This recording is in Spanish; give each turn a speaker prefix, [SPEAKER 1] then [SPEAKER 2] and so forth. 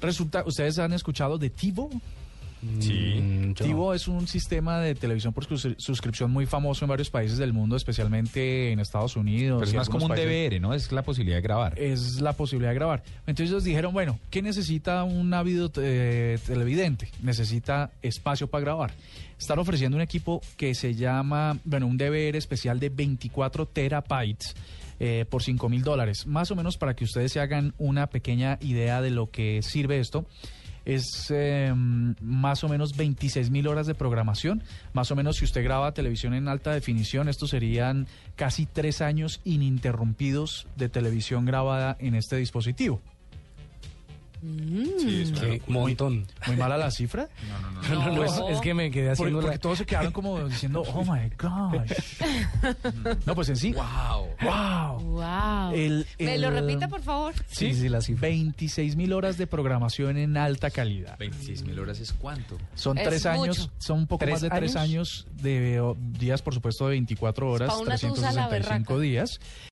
[SPEAKER 1] Resulta, ¿ustedes han escuchado de TiVo?
[SPEAKER 2] Sí.
[SPEAKER 1] TiVo es un sistema de televisión por sus- suscripción muy famoso en varios países del mundo, especialmente en Estados Unidos.
[SPEAKER 2] Pero es
[SPEAKER 1] y
[SPEAKER 2] más como un
[SPEAKER 1] algunos países.
[SPEAKER 2] DVR, ¿no? Es la posibilidad de grabar.
[SPEAKER 1] es la posibilidad de grabar. Entonces ellos dijeron, bueno, ¿qué necesita un ávido eh, televidente? Necesita espacio para grabar. Están ofreciendo un equipo que se llama, bueno, un DVR especial de 24 terabytes eh, por 5 mil dólares. Más o menos para que ustedes se hagan una pequeña idea de lo que sirve esto. Es eh, más o menos 26 mil horas de programación. Más o menos si usted graba televisión en alta definición, estos serían casi tres años ininterrumpidos de televisión grabada en este dispositivo.
[SPEAKER 3] Sí,
[SPEAKER 2] Mm.
[SPEAKER 3] es
[SPEAKER 4] Qué montón.
[SPEAKER 1] Muy mala la cifra.
[SPEAKER 4] No, no, es, es que me quedé
[SPEAKER 1] Porque,
[SPEAKER 4] haciendo
[SPEAKER 1] porque
[SPEAKER 4] la...
[SPEAKER 1] todos se quedaron como diciendo, oh my gosh. No, pues en sí.
[SPEAKER 2] Wow.
[SPEAKER 1] ¡Wow!
[SPEAKER 5] Wow.
[SPEAKER 1] El-
[SPEAKER 5] ¿Me
[SPEAKER 1] el-
[SPEAKER 5] lo repita, por favor?
[SPEAKER 4] Sí, sí, la cifra.
[SPEAKER 1] 26 mil horas de programación en alta calidad.
[SPEAKER 2] 26 mil horas es cuánto.
[SPEAKER 1] Son
[SPEAKER 5] Es
[SPEAKER 1] tres años,
[SPEAKER 5] mucho.
[SPEAKER 1] son un poco
[SPEAKER 4] ¿Tres
[SPEAKER 1] más de tres años de o, días, por supuesto, de 24 horas,
[SPEAKER 5] Pa' una tusa la
[SPEAKER 1] 365
[SPEAKER 5] berraca.
[SPEAKER 1] días.